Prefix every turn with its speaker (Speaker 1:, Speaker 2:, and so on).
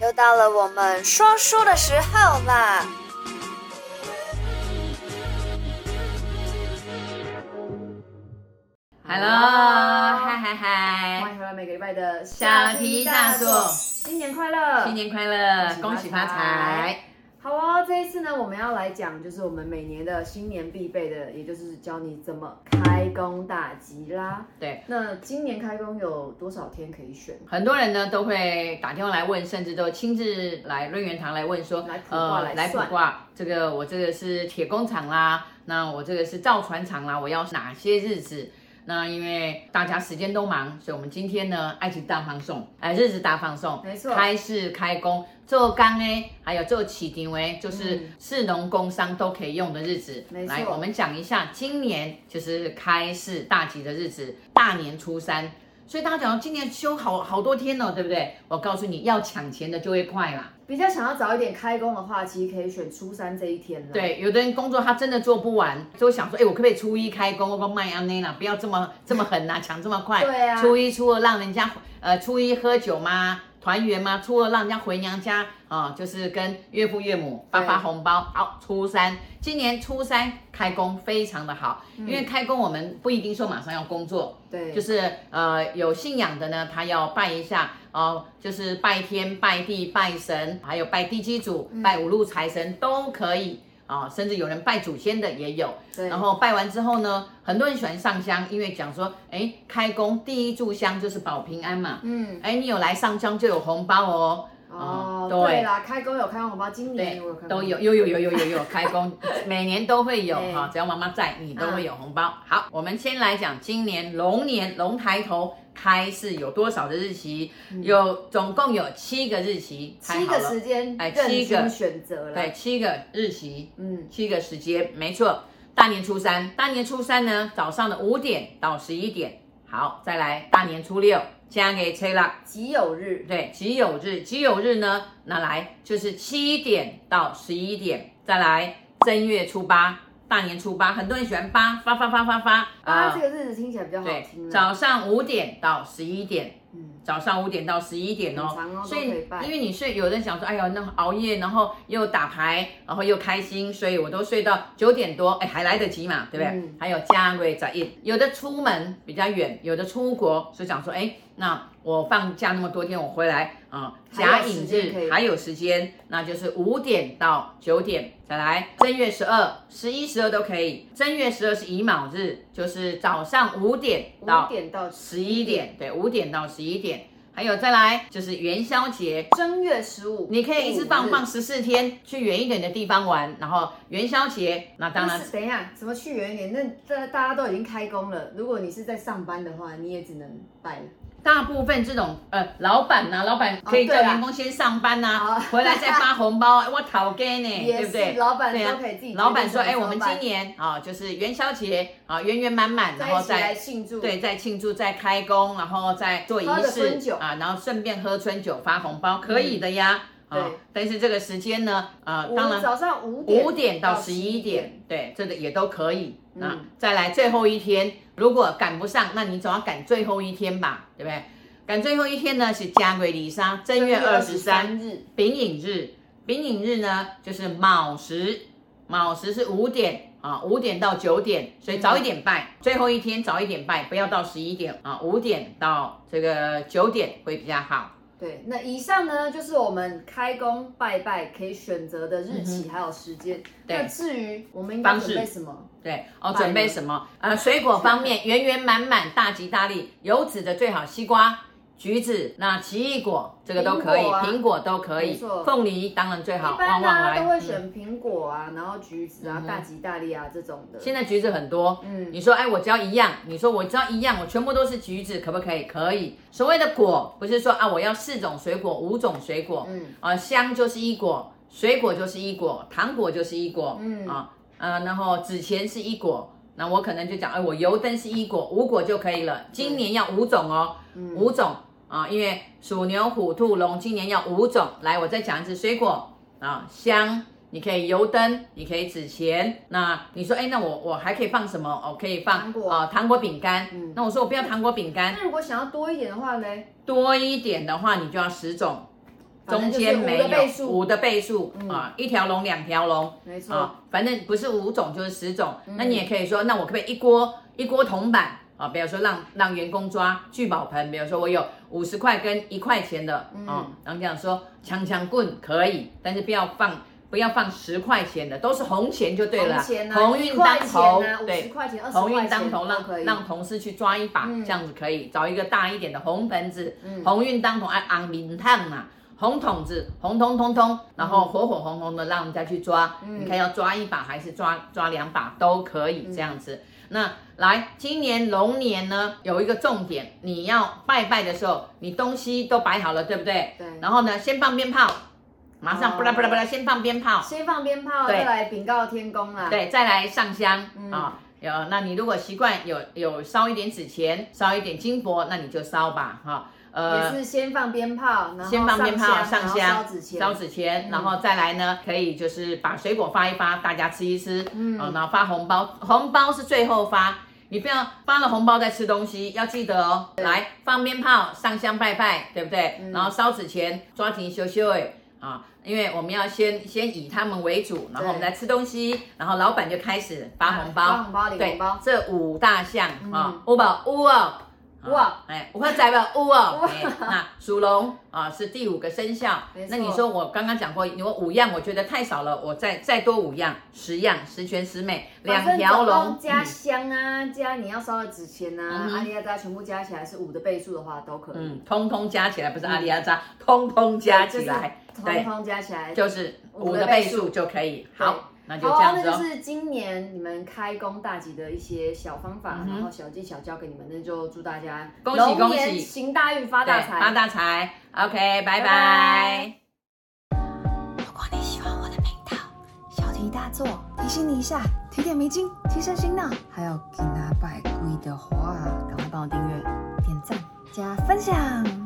Speaker 1: 又到了我们说书的时候啦！
Speaker 2: Hello，嗨
Speaker 3: 哦
Speaker 2: 嗨
Speaker 3: 欢
Speaker 2: 嗨，
Speaker 3: 迎回来每个礼拜的小
Speaker 2: 小题大做，
Speaker 3: 新年快乐！
Speaker 2: 新年快乐，恭喜发财！
Speaker 3: 好哦，这一次呢，我们要来讲就是我们每年的新年必备的，也就是教你怎么开工大吉啦。
Speaker 2: 对，
Speaker 3: 那今年开工有多少天可以选？
Speaker 2: 很多人呢都会打电话来问，甚至都亲自来润元堂来问说，呃
Speaker 3: 来卜卦来
Speaker 2: 来卜
Speaker 3: 算
Speaker 2: 卦，这个我这个是铁工厂啦，那我这个是造船厂啦，我要哪些日子？那因为大家时间都忙，所以我们今天呢，爱情大放送，哎，日子大放送，
Speaker 3: 没错
Speaker 2: 开市开工，做工呢，还有做起顶为，就是
Speaker 3: 嗯
Speaker 2: 市农工商都可以用的日子。
Speaker 3: 没错
Speaker 2: 来，我们讲一下，今年就是开市大吉的日子，大年初三。所以大家讲今年休好好多天哦，对不对？我告诉你要抢钱的就会快啦。
Speaker 3: 比较想要早一点开工的话，其实可以选初三这一天啦。，
Speaker 2: 对，有的人工作他真的做不完，就想说，哎，我可不可以初一开工？我卖安内啦，不要这么这么狠呐、抢这么快。
Speaker 3: 对啊
Speaker 2: 初一、初二让人家呃，初一喝酒吗？团圆吗？初二让人家回娘家啊、就是跟岳父岳母发发
Speaker 3: 对
Speaker 2: 红包。好，初三，今年初三开工非常的好，
Speaker 3: 嗯
Speaker 2: 因为开工我们不一定说马上要工作，
Speaker 3: 对，
Speaker 2: 就。是呃有信仰的呢，他要拜一下哦、就是拜天、拜地、拜神，还有拜地基主、拜五路财神都可以啊、甚至有人拜祖先的也有。
Speaker 3: 对
Speaker 2: 然后拜完之后呢，很多人喜欢上香，因为讲说，哎，开工第一炷香就是保平安嘛。
Speaker 3: 嗯，
Speaker 2: 哎，你有来上香就有红包哦。
Speaker 3: 哦
Speaker 2: 嗯，
Speaker 3: 对啦，开工有开工红包，今年
Speaker 2: 对
Speaker 3: 我有开，
Speaker 2: 都
Speaker 3: 工
Speaker 2: 有，有有有有有有开工， 每年都会有
Speaker 3: 对嗯
Speaker 2: 哈，只要妈妈在，你都会有红包。好，我们先来讲今年龙年龙抬头开市有多少的日期？有总共有七个日期，
Speaker 3: 嗯七
Speaker 2: 太
Speaker 3: 个
Speaker 2: 好了
Speaker 3: 时间
Speaker 2: 哎
Speaker 3: 任
Speaker 2: 七个
Speaker 3: 君选择啦。
Speaker 2: 对，七个日期，
Speaker 3: 嗯，
Speaker 2: 七个时间，没错。大年初三，大年初三呢，早上的五点到十一点。好，再来大年初六，加给吹了。
Speaker 3: 己酉日，
Speaker 2: 对，己酉日，己酉日呢，那来就是七点到十一点，再来正月初八，大年初八，很多人喜欢八发发发发发
Speaker 3: 啊，这
Speaker 2: 个
Speaker 3: 个日子听起来比较好
Speaker 2: 对
Speaker 3: 听，啦。
Speaker 2: 早上五点到十一点，
Speaker 3: 嗯，
Speaker 2: 早上五点到十一点哦
Speaker 3: 很长哦，
Speaker 2: 所
Speaker 3: 都可以
Speaker 2: 以
Speaker 3: 拜
Speaker 2: 因为你睡，有的人想说，哎呦，那熬夜，然后又打牌，然后又开心，所以我都睡到九点多，哎，还来得及嘛，对不对？
Speaker 3: 嗯
Speaker 2: 还有家规在一，有的出门比较远，有的出国，所以想说，哎，那我放假那么多天，我回来啊，甲、
Speaker 3: 还有
Speaker 2: 寅
Speaker 3: 时间可
Speaker 2: 日
Speaker 3: 以
Speaker 2: 还有时间，那就是五点到九点，再来正月十二、十一、十二都可以。正月十二是乙卯日，就是早上五点
Speaker 3: 五
Speaker 2: 到
Speaker 3: 点到
Speaker 2: 十一点，对，五点到十一点。还有再来就是元宵节，
Speaker 3: 正月十五，哎
Speaker 2: 你可以一次放
Speaker 3: 第五日
Speaker 2: 放。十四天，去远一点的地方玩。然后元宵节，那当然
Speaker 3: 但是等一下，什么去远一点？那大大家都已经开工了，如果你是在上班的话，你也只能拜了。
Speaker 2: 大部分这种呃老板呐、老板可以叫
Speaker 3: 哦对啦啊
Speaker 2: 员工先上班呐、
Speaker 3: 好
Speaker 2: 回来再发红包，哎我讨给 呢，
Speaker 3: 也
Speaker 2: 对
Speaker 3: 是
Speaker 2: 不对？
Speaker 3: 老板
Speaker 2: 对呀
Speaker 3: 都可以自己决定
Speaker 2: 老板说，
Speaker 3: 什么
Speaker 2: 哎，
Speaker 3: 时候
Speaker 2: 我们今年啊、就是元宵节啊、圆圆满满，然
Speaker 3: 在
Speaker 2: 后
Speaker 3: 一起来
Speaker 2: 再。
Speaker 3: 庆祝，
Speaker 2: 对，再庆祝，再开工，然后再做仪
Speaker 3: 喝个春
Speaker 2: 式
Speaker 3: 酒
Speaker 2: 啊，然后顺便喝春酒发红包，可以的呀。
Speaker 3: 嗯
Speaker 2: 啊
Speaker 3: 对，
Speaker 2: 但是这个时间呢，呃，
Speaker 3: 五，
Speaker 2: 当然
Speaker 3: 早上五点
Speaker 2: 五点到十一
Speaker 3: 11
Speaker 2: 点，，对，这个也都可以。
Speaker 3: 嗯
Speaker 2: 啊，再来最后一天，如果赶不上，那你总要赶最后一天吧，对不对？赶最后一天呢是嘉归离沙，正月二十三
Speaker 3: 日，
Speaker 2: 丙寅日。丙寅日呢就是卯时，卯时是五点啊，五点到九点，所以早一点拜，最后一天早一点拜，不要到十一点啊，五点到这个九点会比较好。
Speaker 3: 对，那以上呢就是我们开工拜拜可以选择的日期还有时间。
Speaker 2: 嗯对
Speaker 3: 那至于我们应该
Speaker 2: 方式
Speaker 3: 准备什么？
Speaker 2: 对哦，
Speaker 3: 拜
Speaker 2: 准备
Speaker 3: 了
Speaker 2: 什么？呃，水果 方面，圆圆满满，大吉大利。有籽的最好，西瓜、橘子，那奇异果这个都可
Speaker 3: 苹
Speaker 2: 以，
Speaker 3: 果啊
Speaker 2: 苹果都可以
Speaker 3: 没，错
Speaker 2: 凤梨当然最好，嗯
Speaker 3: 一般
Speaker 2: 旺旺
Speaker 3: 大
Speaker 2: 来。
Speaker 3: 家都会
Speaker 2: 嗯
Speaker 3: 选苹果啊，然后橘子啊、大吉大利啊这种的。
Speaker 2: 现在橘子很多，
Speaker 3: 嗯
Speaker 2: 你说哎，我只要一样，你说我只要一样，我全部都是橘子，可不可以？可以。所谓的果，不是说啊，我要四种水果，五种水果，
Speaker 3: 嗯
Speaker 2: 啊、香就是一果，水果就是一果，糖果就是一果，
Speaker 3: 嗯
Speaker 2: 啊、呃，然后纸钱是一果，那我可能就讲，哎、我油灯是一果，五果就可以了。今年要五种哦，
Speaker 3: 嗯
Speaker 2: 五种啊、因为鼠牛虎兔龙今年要五种。来，我再讲一次水果啊、香。你可以油灯，你可以纸钱。那你说，哎，那我我还可以放什么？哦，可以放
Speaker 3: 糖果
Speaker 2: 啊、糖果饼干。
Speaker 3: 嗯
Speaker 2: 那我说我不要糖果饼干，
Speaker 3: 那如果想要多一点的话呢？
Speaker 2: 多一点的话，你就要十种。
Speaker 3: 反正
Speaker 2: 中
Speaker 3: 就是
Speaker 2: 间没
Speaker 3: 五的倍
Speaker 2: 有
Speaker 3: 数嗯
Speaker 2: 五的倍数啊，一条龙、两条龙
Speaker 3: 没错，嗯
Speaker 2: 啊，反正不是五种就是十种。那你也可以说，那我可不可以一锅一锅铜板啊？比如说让让员工抓聚宝盆，比如说我有五十块跟一块钱的
Speaker 3: 嗯
Speaker 2: 啊，然后这样说强强棍可以，但是不要放不要放十块钱的，都是红钱就对了啦，
Speaker 3: 红钱啊
Speaker 2: 鸿运当
Speaker 3: 一块
Speaker 2: 头
Speaker 3: 钱啊，五十
Speaker 2: 对。
Speaker 3: 块钱、二十
Speaker 2: 鸿
Speaker 3: 块
Speaker 2: 运
Speaker 3: 钱
Speaker 2: 当头，
Speaker 3: 都可
Speaker 2: 让
Speaker 3: 以。
Speaker 2: 让同事去抓一把，这样子可以找一个大一点的红盆子，
Speaker 3: 嗯
Speaker 2: 鸿运当头，哎，昂明烫嘛，红筒子，红彤彤彤，然后火火红红的，让人家去抓。
Speaker 3: 嗯
Speaker 2: 你看要抓一把还是抓抓两把都可以这样子。那来，今年龙年呢，有一个重点，你要拜拜的时候，你东西都摆好了，对不对？
Speaker 3: 对
Speaker 2: 然后呢，先放鞭炮，马
Speaker 3: 嗯
Speaker 2: 上
Speaker 3: 哦
Speaker 2: 不啦不啦不啦，先放鞭炮。
Speaker 3: 先放鞭炮，
Speaker 2: 对
Speaker 3: 再来禀告天公啦。，
Speaker 2: 对，再来上香啊、
Speaker 3: 啊嗯
Speaker 2: 有，那你如果习惯有有烧一点纸钱，烧一点金箔，那你就烧吧哈、
Speaker 3: 也
Speaker 2: 呃，
Speaker 3: 是先放鞭炮，然后
Speaker 2: 先放鞭炮上
Speaker 3: 上
Speaker 2: 香，
Speaker 3: 然后烧纸钱，嗯
Speaker 2: 烧纸钱，然后再来呢，可以就是把水果发一发，大家吃一吃，嗯，然后发红包，红包是最后发。你不要发了红包再吃东西，要记得哦。来放鞭炮、上香拜拜，对不对？
Speaker 3: 嗯
Speaker 2: 然后烧纸钱，抓紧修修哎啊，因为我们要先先以他们为主，然后我们
Speaker 3: 对
Speaker 2: 来吃东西，然后老板就开始发红包，
Speaker 3: 发哎红包领
Speaker 2: 对
Speaker 3: 红包
Speaker 2: 这五大项啊
Speaker 3: 嗯，
Speaker 2: 五宝五哦，
Speaker 3: 有哦
Speaker 2: 哎，五仔吧五哦
Speaker 3: 有，
Speaker 2: 哎那属龙啊是第五个生肖
Speaker 3: 没。错
Speaker 2: 那你说我刚刚讲过，我五样我觉得太少了，我再再多五样，十样十全十美，两条
Speaker 3: 反正总
Speaker 2: 龙
Speaker 3: 共。加香啊，加你要烧的纸钱啊
Speaker 2: 嗯，哼
Speaker 3: 阿利亚扎全部加起来是五的倍数的话都可以，
Speaker 2: 嗯，通通加起来不是阿里阿扎，通通加起
Speaker 3: 就
Speaker 2: 来，
Speaker 3: 是通
Speaker 2: 对，
Speaker 3: 通加起来。
Speaker 2: 就是
Speaker 3: 五
Speaker 2: 五
Speaker 3: 个
Speaker 2: 的
Speaker 3: 倍
Speaker 2: 倍数就可以。
Speaker 3: 对
Speaker 2: 好，那就
Speaker 3: 好
Speaker 2: 这
Speaker 3: 啊，
Speaker 2: 样
Speaker 3: 那
Speaker 2: 子
Speaker 3: 就
Speaker 2: 哦。
Speaker 3: 是今年你们开工大吉的一些小方法，然后小技巧教给你们，那就祝大家
Speaker 2: 嗯恭喜恭喜
Speaker 3: 龙年行大运，发大
Speaker 2: 对，发
Speaker 3: 财。
Speaker 2: 大财。OK，
Speaker 3: 拜
Speaker 2: 拜拜
Speaker 3: 拜。
Speaker 4: 如果你喜欢我的频道，小题大做提醒你一下，提点迷津，提升心脑。还有给拿百贵的话，赶快帮我订阅、点赞、加分享。